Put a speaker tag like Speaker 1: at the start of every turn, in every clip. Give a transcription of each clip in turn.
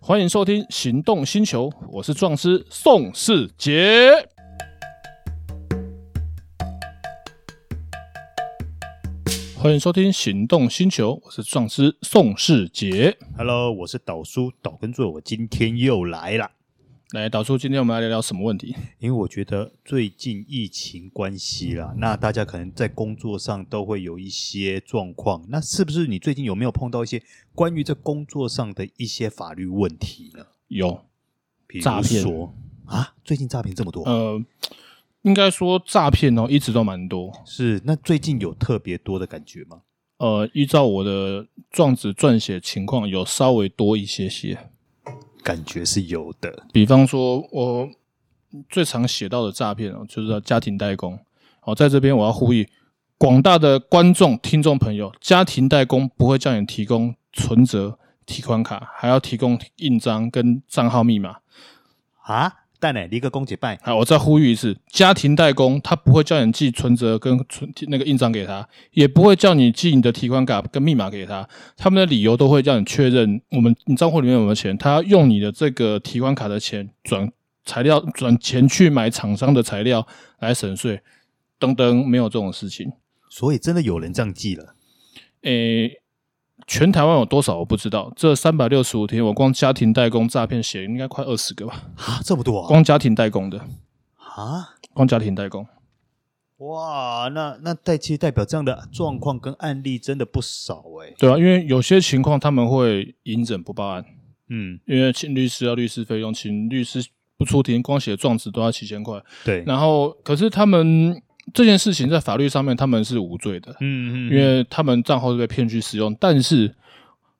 Speaker 1: 欢迎收听《行动星球》，我是壮师宋世杰。欢迎收听《行动星球》，我是壮师宋世杰。
Speaker 2: Hello，我是导叔岛根座，我今天又来啦。
Speaker 1: 来，导叔，今天我们来聊聊什么问题？
Speaker 2: 因为我觉得最近疫情关系啦，
Speaker 1: 嗯
Speaker 2: 那大家可能在工作上都会有一些状况，那是不是你最近有没有碰到一些关于这工作上的一些法律问题呢？
Speaker 1: 有，
Speaker 2: 比
Speaker 1: 诈
Speaker 2: 如
Speaker 1: 骗
Speaker 2: 说啊，最近诈骗这么多，
Speaker 1: 呃，应该说诈骗哦，一直都蛮多。
Speaker 2: 是那最近有特别多的感觉吗？
Speaker 1: 呃，依照我的状子撰写情况，有稍微多一些些。
Speaker 2: 感觉是有的，
Speaker 1: 比方说，我最常写到的诈骗哦，就是家庭代工。哦，在这边我要呼吁广大的观众、听众朋友，家庭代工不会叫你提供存折、提款卡，还要提供印章跟账号密码。
Speaker 2: 啊。蛋奶，你个公姐拜，
Speaker 1: 好，我再呼吁一次，家庭代工他不会叫你寄存折跟存那个印章给他，也不会叫你寄你的提款卡跟密码给他。他们的理由都会叫你确认我们你账户里面有没有钱，他要用你的这个提款卡的钱转材料转钱去买厂商的材料来省税，等等，没有这种事情。
Speaker 2: 所以真的有人这样记了。
Speaker 1: 诶、全台湾有多少我不知道，这三百六十五天我光家庭代工诈骗写应该快二十个吧，
Speaker 2: 啊，这么多啊！
Speaker 1: 光家庭代工的，
Speaker 2: 啊，
Speaker 1: 光家庭代工。
Speaker 2: 哇，那那代其实代表这样的状况跟案例真的不少哎、
Speaker 1: 对啊，因为有些情况他们会隐忍不报案，
Speaker 2: 嗯，
Speaker 1: 因为请律师要律师费用，请律师不出庭，光写状纸都要七千块。
Speaker 2: 对，
Speaker 1: 然后，可是他们这件事情在法律上面他们是无罪的，
Speaker 2: 嗯嗯，
Speaker 1: 因为他们账号是被骗去使用。但是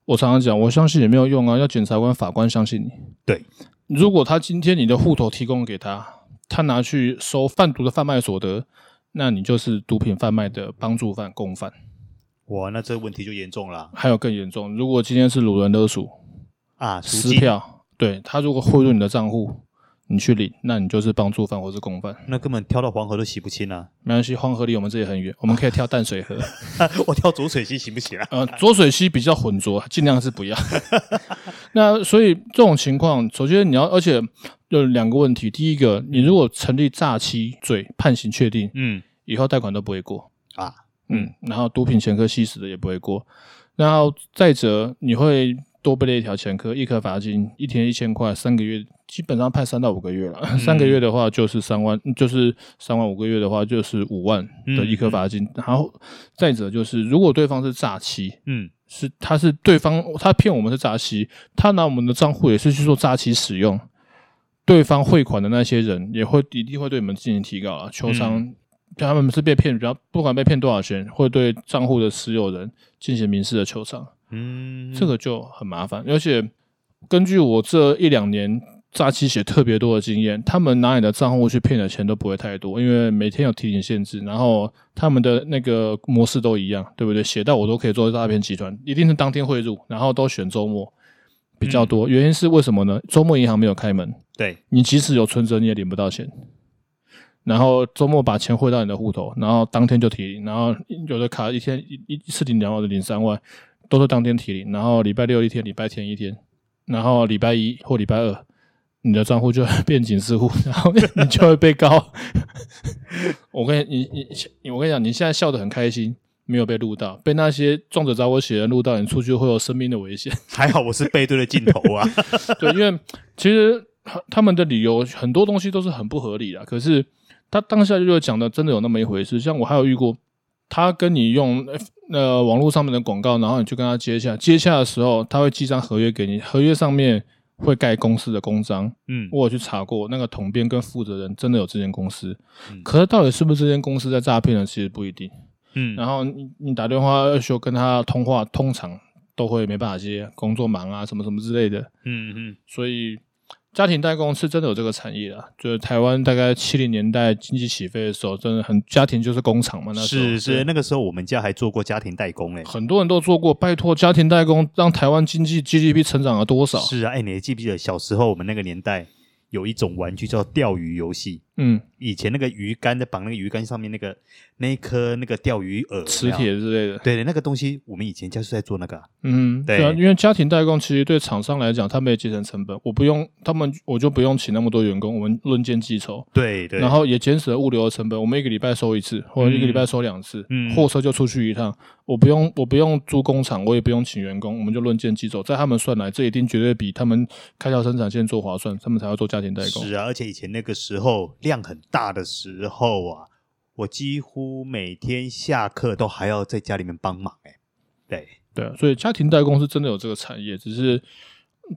Speaker 1: 我常常讲，我相信也没有用啊，要检察官、法官相信你。
Speaker 2: 对，
Speaker 1: 如果他今天你的户头提供给他，他拿去收贩毒的贩卖所得，那你就是毒品贩卖的帮助犯、共犯。
Speaker 2: 哇，那这个问题就严重了
Speaker 1: 还有更严重，如果今天是掳人勒索。
Speaker 2: 啊！赎
Speaker 1: 撕
Speaker 2: 金
Speaker 1: 票，对他如果汇入你的账户，你去领，那你就是帮助犯或是共犯，
Speaker 2: 那根本跳到黄河都洗不清啊！
Speaker 1: 没关系。黄河离我们这里很远，我们可以跳淡水河。
Speaker 2: 我跳浊水溪行不行啊？
Speaker 1: 呃，浊水溪比较浑浊，尽量是不要。那所以这种情况，首先你要，而且有两个问题。第一个，你如果成立诈欺罪，判刑确定
Speaker 2: 嗯
Speaker 1: 以后，贷款都不会过。
Speaker 2: 啊，
Speaker 1: 嗯，然后毒品前科吸食的也不会过，然后再者你会多备了一条前科，一颗罚金，一天一千块，三个月基本上判三到五个月了，三个月的话就是三万，就是三万，五个月的话就是五万的一颗罚金，然后再者就是如果对方是诈欺，
Speaker 2: 嗯，
Speaker 1: 是他是对方他骗我们是诈欺，他拿我们的账户也是去做诈欺使用，对方汇款的那些人也会一定会对你们进行提告啊，求偿。他们是被骗，然后不管被骗多少钱，会对账户的持有人进行民事的求偿，
Speaker 2: 嗯，
Speaker 1: 这个就很麻烦。而且根据我这一两年诈欺写特别多的经验，他们拿你的账户去骗的钱都不会太多，因为每天有提醒限制，然后他们的那个模式都一样，对不对？写到我都可以做诈骗集团，一定是当天汇入，然后都选周末比
Speaker 2: 嗯
Speaker 1: 较多。原因是为什么呢？周末银行没有开门，
Speaker 2: 对，
Speaker 1: 你即使有存折，你也领不到钱。然后周末把钱汇到你的户头，然后当天就提领，然后有的卡一天一一一次领两万，有的领三万，都是当天提领。然后礼拜六一天，礼拜天一天，然后礼拜一或礼拜二，你的账户就会 变警示户，然后 你就会被告。 我跟你你你，我跟你讲，你现在笑得很开心，没有被录到，被那些撞着找我写的人录到，你出去会有生命的危险。
Speaker 2: 还好我是背对着镜头 啊。
Speaker 1: 对，因为其实他他们的理由很多东西都是很不合理的，啊可是他当下就讲的真的有那么一回事。像我还有遇过，他跟你用呃呃网络上面的广告，然后你去跟他接洽，接洽的时候他会寄张合约给你，合约上面会盖公司的公章。
Speaker 2: 嗯，
Speaker 1: 我有去查过，那个统编跟负责人真的有这间公司，
Speaker 2: 嗯
Speaker 1: 可是到底是不是这间公司在诈骗呢？其实不一定。
Speaker 2: 嗯，
Speaker 1: 然后你你打电话要求跟他通话，通常都会没办法接，工作忙啊什么什么之类的。
Speaker 2: 嗯嗯，
Speaker 1: 所以家庭代工是真的有这个产业啊，就是台湾大概七零年代经济起飞的时候，真的很家庭就是工厂嘛，那时候
Speaker 2: 嗯是是，
Speaker 1: 对
Speaker 2: 那个时候我们家还做过家庭代工哎、
Speaker 1: 很多人都做过，拜托家庭代工让台湾经济 GDP 成长了多少？
Speaker 2: 是啊，哎、你还记不记得小时候我们那个年代有一种玩具叫钓鱼游戏？
Speaker 1: 嗯，
Speaker 2: 以前那个鱼竿在绑那个鱼竿上面那个那一颗那个钓鱼饵，
Speaker 1: 磁
Speaker 2: 有没有。
Speaker 1: 铁之类的，
Speaker 2: 对对，那个东西我们以前就是在做那个啊、
Speaker 1: 嗯，
Speaker 2: 对
Speaker 1: 啊，因为家庭代工其实对厂商来讲，他没有节省成本，我不用他们，我就不用请那么多员工，我们论件计酬，
Speaker 2: 对对，
Speaker 1: 然后也减少了物流的成本。我们一个礼拜收一次，或者一个礼拜收两次，
Speaker 2: 嗯
Speaker 1: 货车就出去一趟，我不用我不用租工厂，我也不用请员工，我们就论件计酬。在他们算来，这一定绝对比他们开条生产线做划算，他们才要做家庭代工。
Speaker 2: 是啊，而且以前那个时候量很大的时候啊，我几乎每天下课都还要在家里面帮忙、欸。对，
Speaker 1: 对啊，所以家庭代工是真的有这个产业，只是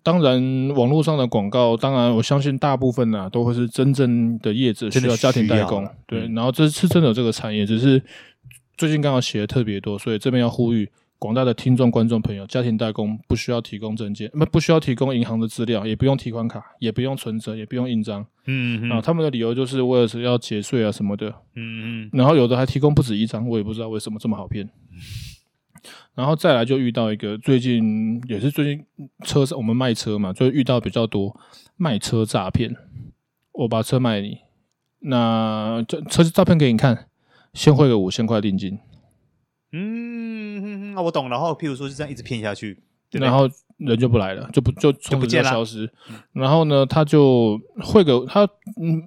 Speaker 1: 当然网络上的广告，当然我相信大部分呢、都会是真正的业者
Speaker 2: 真
Speaker 1: 需
Speaker 2: 的
Speaker 1: 要家庭代
Speaker 2: 需
Speaker 1: 工
Speaker 2: 要，
Speaker 1: 对，
Speaker 2: 嗯
Speaker 1: 然后这是真的有这个产业，只是最近刚好写的特别多，所以这边要呼吁。广大的听众、观众朋友，家庭代工不需要提供证件，不不需要提供银行的资料，也不用提款卡，也不用存折，也不用印章。
Speaker 2: 嗯
Speaker 1: 啊，他们的理由就是为了是要节税啊什么的。
Speaker 2: 嗯嗯
Speaker 1: 然后有的还提供不止一张，我也不知道为什么这么好骗。然后再来就遇到一个最近也是最近车上我们卖车嘛，就遇到比较多卖车诈骗。我把车卖你，那这车子照片给你看，先汇个五千块定金，
Speaker 2: 嗯嗯，啊，我懂了。然后譬如说就这样一直骗下去，对不对
Speaker 1: 然后人就不来了，就不就从
Speaker 2: 不
Speaker 1: 此
Speaker 2: 见
Speaker 1: 就
Speaker 2: 了
Speaker 1: 消失。然后呢，他就汇给他嗯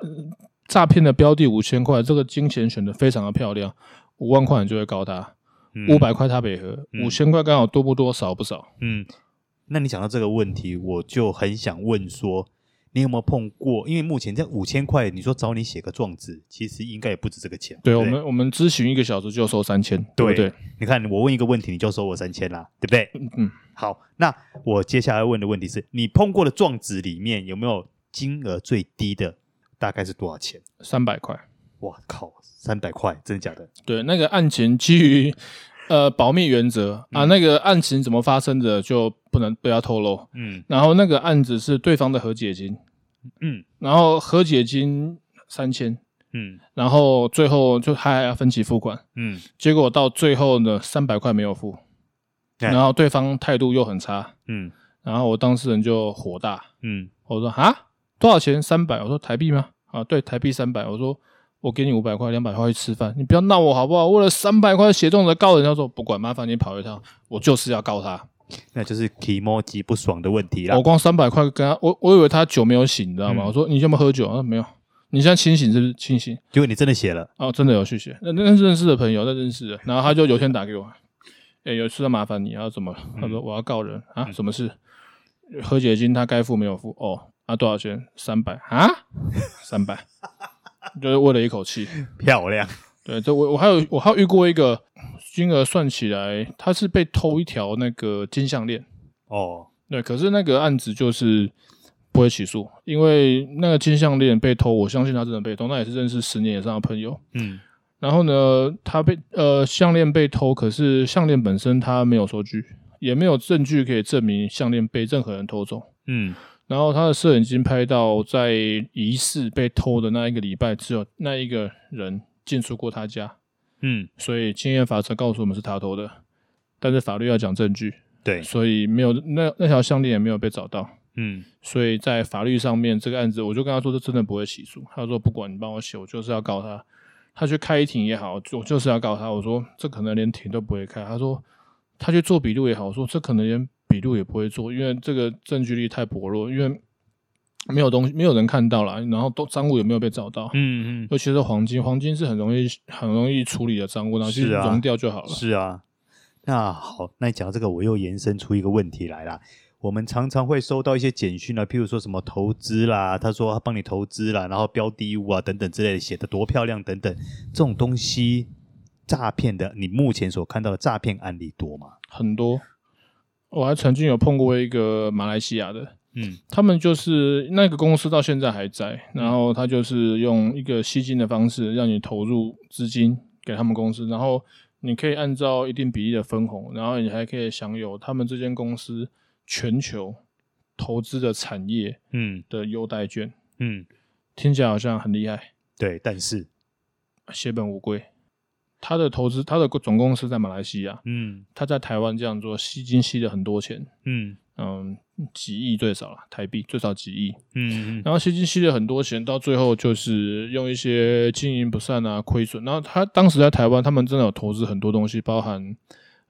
Speaker 1: 诈骗的标的五千块，这个金钱选的非常的漂亮，五万块你就会告他。五，百块他北河，
Speaker 2: 嗯
Speaker 1: 五千块刚好多不多少不少。
Speaker 2: 嗯，嗯那你讲到这个问题，我就很想问说。你有没有碰过？因为目前这五千块，你说找你写个状子，其实应该也不止这个钱。
Speaker 1: 对
Speaker 2: 不
Speaker 1: 我们我们咨询一个小时就收三千，对不
Speaker 2: 对
Speaker 1: 对？
Speaker 2: 你看，我问一个问题，你就收我三千啦，对不对？
Speaker 1: 嗯，
Speaker 2: 好，那我接下来问的问题是你碰过的状子里面有没有金额最低的？大概是多少钱？
Speaker 1: 三百块。
Speaker 2: 哇靠，三百块，真的假的？
Speaker 1: 对，那个案情基于呃保密原则啊，那个案情怎么发生的就不能对他透露。
Speaker 2: 嗯
Speaker 1: 然后那个案子是对方的和解金，
Speaker 2: 嗯
Speaker 1: 然后和解金三千，
Speaker 2: 嗯
Speaker 1: 然后最后就还要分期付款。
Speaker 2: 嗯，
Speaker 1: 结果到最后呢，三百块没有付，
Speaker 2: 哎
Speaker 1: 然后对方态度又很差，
Speaker 2: 嗯
Speaker 1: 然后我当事人就火大，
Speaker 2: 嗯
Speaker 1: 我说啊，多少钱？三百。我说台币吗？啊，对，台币三百。我说我给你五百块，两百块去吃饭，你不要闹我好不好？为了三百块协中的告人，他说不管，麻烦你跑一趟，我就是要告他。
Speaker 2: 那就是 i m o j i 不爽的问题啦
Speaker 1: 我。光三百块跟他，我我以为他酒没有醒，你知道吗？
Speaker 2: 嗯
Speaker 1: 我说你有没有喝酒？他说没有。你现在清醒是不是？清醒
Speaker 2: 结果你真的写了，
Speaker 1: 哦，真的有去写，那那是认识的朋友，那认识的，然后他就有天打给我，哎、有事要麻烦你，然后怎么了？他说我要告人啊，什么事？和解金他该付没有付哦，啊多少钱？三百啊，三百， 就是为了一口气。
Speaker 2: 漂亮。
Speaker 1: 对，这我我还有我还有遇过一个金额算起来，他是被偷一条那个金项链，
Speaker 2: 哦，
Speaker 1: 对，可是那个案子就是不会起诉，因为那个金项链被偷，我相信他真的被偷，那也是认识十年以上的朋友。
Speaker 2: 嗯
Speaker 1: 然后呢，他被呃项链被偷，可是项链本身他没有收据，也没有证据可以证明项链被任何人偷走。
Speaker 2: 嗯
Speaker 1: 然后他的摄影机拍到，在疑似被偷的那一个礼拜，只有那一个人进出过他家，
Speaker 2: 嗯，
Speaker 1: 所以经验法则告诉我们是他偷的，但是法律要讲证据，
Speaker 2: 对，
Speaker 1: 所以没有那那条项链也没有被找到。
Speaker 2: 嗯
Speaker 1: 所以在法律上面，这个案子我就跟他说，这真的不会起诉。他说不管你帮我写，我就是要告他。他去开庭也好，我就是要告他。我说这可能连庭都不会开。他说他去做笔录也好，我说这可能连笔录也不会做，因为这个证据力太薄弱，因为没有东西，没有人看到啦，然后都赃物也没有被找到，
Speaker 2: 嗯
Speaker 1: 尤其是黄金，黄金是很容易很容易处理的赃物，然后去
Speaker 2: 是啊
Speaker 1: 熔掉就好了。
Speaker 2: 嗯，是啊。那好，那你讲到这个，我又延伸出一个问题来啦。我们常常会收到一些简讯啊，譬如说什么投资啦，他说他帮你投资啦，然后标的物啊等等之类的，写的多漂亮等等，这种东西诈骗的，你目前所看到的诈骗案例多吗？
Speaker 1: 很多，我还曾经有碰过一个马来西亚的，
Speaker 2: 嗯
Speaker 1: 他们就是那个公司到现在还在，然后他就是用一个吸金的方式让你投入资金给他们公司，然后你可以按照一定比例的分红，然后你还可以享有他们这间公司全球投资的产业
Speaker 2: 嗯
Speaker 1: 的优待券，
Speaker 2: 嗯，
Speaker 1: 听起来好像很厉害，
Speaker 2: 对，但是
Speaker 1: 血本无归。他的投资，他的总公司在马来西亚，
Speaker 2: 嗯
Speaker 1: 他在台湾这样做，吸金吸了很多钱，
Speaker 2: 嗯
Speaker 1: 嗯，几亿最少了，台币最少几亿。
Speaker 2: 嗯嗯
Speaker 1: 然后吸金吸了很多钱，到最后就是用一些经营不善啊、亏损。然后他当时在台湾，他们真的有投资很多东西，包含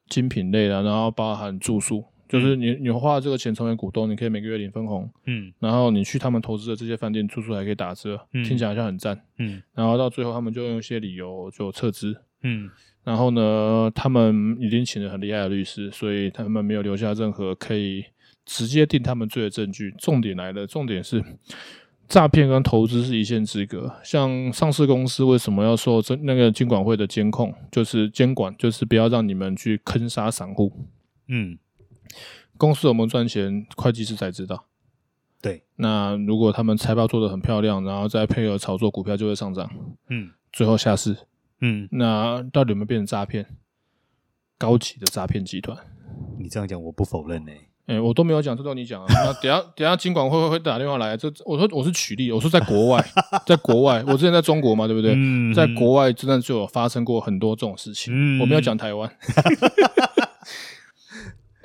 Speaker 1: 精品类的，然后包含住宿，就是你你花这个钱成为股东，你可以每个月领分红，
Speaker 2: 嗯
Speaker 1: 然后你去他们投资的这些饭店住宿还可以打折，
Speaker 2: 嗯
Speaker 1: 听起来好像很赞。
Speaker 2: 嗯
Speaker 1: 然后到最后，他们就用一些理由就撤资。
Speaker 2: 嗯
Speaker 1: 然后呢，他们已经请了很厉害的律师，所以他们没有留下任何可以直接定他们罪的证据。重点来了，重点是诈骗跟投资是一线之隔。像上市公司为什么要受这那个监管会的监控，就是监管，就是不要让你们去坑杀散户。
Speaker 2: 嗯，
Speaker 1: 公司有没有赚钱，会计师才知道。
Speaker 2: 对，
Speaker 1: 那如果他们财报做得很漂亮，然后再配合炒作，股票就会上涨，
Speaker 2: 嗯
Speaker 1: 最后下市。
Speaker 2: 嗯，
Speaker 1: 那到底有没有变成诈骗？高级的诈骗集团？
Speaker 2: 你这样讲我不否认呢、
Speaker 1: 哎、我都没有讲，这都你讲啊。那等下等下，金管会会打电话来，这我说我是举例，我说在国外，在国外，我之前在中国嘛，对不对？
Speaker 2: 嗯
Speaker 1: 在国外真的就有发生过很多这种事情，
Speaker 2: 嗯
Speaker 1: 我没有讲台 湾。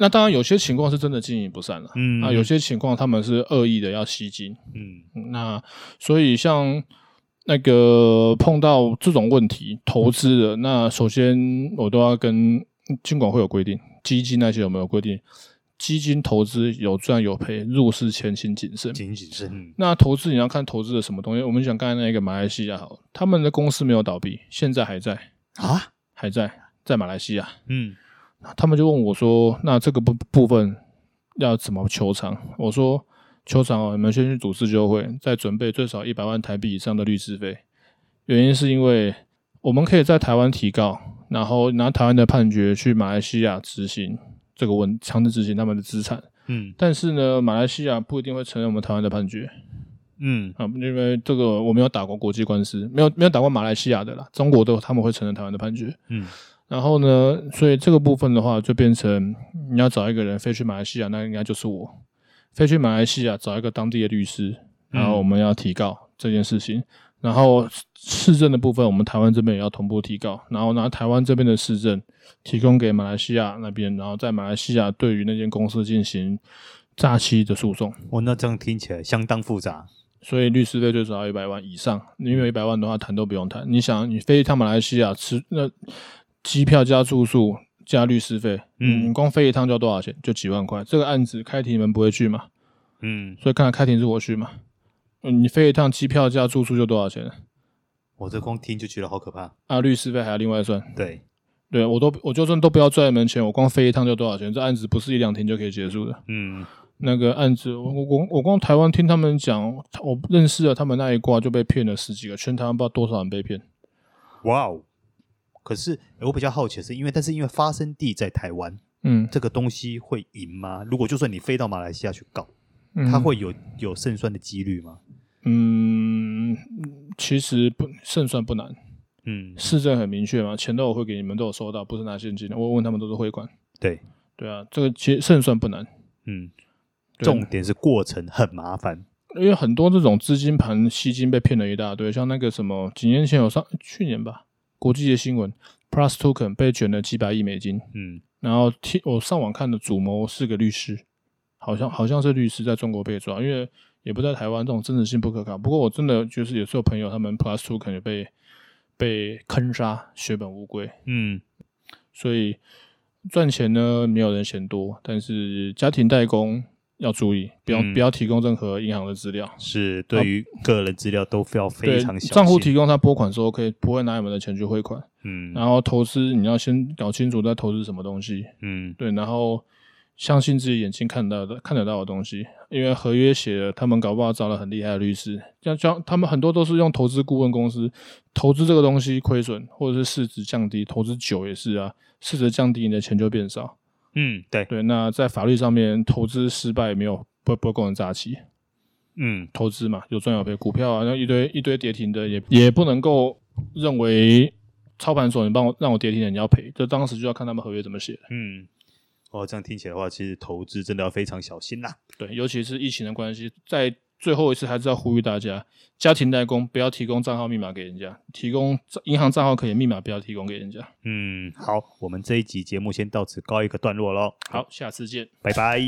Speaker 1: 那当然，有些情况是真的经营不善了，
Speaker 2: 嗯
Speaker 1: 啊那有些情况他们是恶意的要吸金，
Speaker 2: 嗯
Speaker 1: 那所以像那个碰到这种问题，投资的那首先我都要跟金管会有规定，基金那些有没有规定？基金投资有赚有赔，入市前请谨慎。
Speaker 2: 仅仅是嗯
Speaker 1: 那投资你要看投资的什么东西？我们讲刚才那个马来西亚好了，他们的公司没有倒闭，现在还在，
Speaker 2: 啊
Speaker 1: 还在在马来西亚。
Speaker 2: 嗯
Speaker 1: 他们就问我说：“那这个部部分要怎么求偿？”我说：“求偿哦，你们先去组织就会，再准备最少一百万台币以上的律师费。原因是因为我们可以在台湾提告，然后拿台湾的判决去马来西亚执行这个问强制执行他们的资产。
Speaker 2: 嗯
Speaker 1: 但是呢，马来西亚不一定会承认我们台湾的判决
Speaker 2: 嗯
Speaker 1: 啊，因为这个我没有打过国际官司，没有没有打过马来西亚的啦，中国的他们会承认台湾的判决。
Speaker 2: 嗯
Speaker 1: 然后呢，所以这个部分的话，就变成你要找一个人飞去马来西亚，那应该就是我飞去马来西亚找一个当地的律师，然后我们要提告这件事情。然后市政的部分，我们台湾这边也要同步提告，然后拿台湾这边的市政提供给马来西亚那边，然后在马来西亚对于那间公司进行诈欺的诉讼。
Speaker 2: 哦，那这样听起来相当复杂。
Speaker 1: 所以律师费最少要一百万以上，你没有一百万的话，谈都不用谈。你想，你飞一趟马来西亚，吃那机票加住宿加律师费，
Speaker 2: 嗯
Speaker 1: 嗯，你光飞一趟就要多少钱？就几万块。这个案子开庭你们不会去嘛？
Speaker 2: 嗯，
Speaker 1: 所以看来开庭是我去嘛？嗯，你飞一趟机票加住宿就多少钱？
Speaker 2: 我这光听就觉得好可怕。
Speaker 1: 啊，律师费还要另外算。
Speaker 2: 对，
Speaker 1: 对我都我就算都不要赚你们钱，我光飞一趟就多少钱？这案子不是一两天就可以结束的。
Speaker 2: 嗯
Speaker 1: 那个案子，我我我我光台湾听他们讲，我认识了他们那一挂就被骗了十几个，全台湾不知道多少人被骗。
Speaker 2: 哇哦！可是诶我比较好奇的是，因为但是因为发生地在台湾，
Speaker 1: 嗯，
Speaker 2: 这个东西会赢吗？如果就算你飞到马来西亚去告，
Speaker 1: 嗯
Speaker 2: 它会有有胜算的几率吗？
Speaker 1: 嗯，其实不胜算不难，
Speaker 2: 嗯，
Speaker 1: 市政很明确嘛，钱都有汇给你们，都有收到，不是拿现金的。我问他们都是汇款，
Speaker 2: 对，
Speaker 1: 对啊，这个其实胜算不难。
Speaker 2: 嗯，
Speaker 1: 对
Speaker 2: 重点是过程很麻烦。
Speaker 1: 因为很多这种资金盘吸金被骗了一大堆，像那个什么几年前有上去年吧，国际的新闻，Plus Token 被卷了几百亿美金，
Speaker 2: 嗯
Speaker 1: 然后听我上网看的主谋是个律师，好像好像是律师在中国被抓，因为也不在台湾，这种真实性不可靠。不过我真的就是也是有朋友他们 Plus Two 可能被被坑杀，血本无归。
Speaker 2: 嗯
Speaker 1: 所以赚钱呢，没有人嫌多，但是家庭代工要注意，不要、
Speaker 2: 嗯
Speaker 1: 不要提供任何银行的资料。
Speaker 2: 是对于个人资料都非要非
Speaker 1: 对
Speaker 2: 常小心。
Speaker 1: 账户提供他拨款是 OK，不会拿你们的钱去汇款。
Speaker 2: 嗯
Speaker 1: 然后投资你要先搞清楚在投资什么东西，
Speaker 2: 嗯
Speaker 1: 对，然后相信自己眼睛看得到的、看得到的东西，因为合约写了，他们搞不好找了很厉害的律师，像像他们很多都是用投资顾问公司，投资这个东西亏损或者是市值降低，投资久也是啊，市值降低你的钱就变少。
Speaker 2: 嗯，对，
Speaker 1: 对，那在法律上面，投资失败没有不不会构成诈欺，
Speaker 2: 嗯
Speaker 1: 投资嘛有赚有赔，股票啊那一堆一堆跌停的也也不能够认为操盘手你帮我让我跌停的你要赔，这当时就要看他们合约怎么写。
Speaker 2: 嗯。哦，这样听起来的话，其实投资真的要非常小心啦。
Speaker 1: 对，尤其是疫情的关系，在最后一次还是要呼吁大家，家庭代工不要提供账号密码给人家，提供银行账号可以，密码不要提供给人家。
Speaker 2: 嗯，好，我们这一集节目先到此告一个段落喽。
Speaker 1: 好，下次见。
Speaker 2: 拜拜。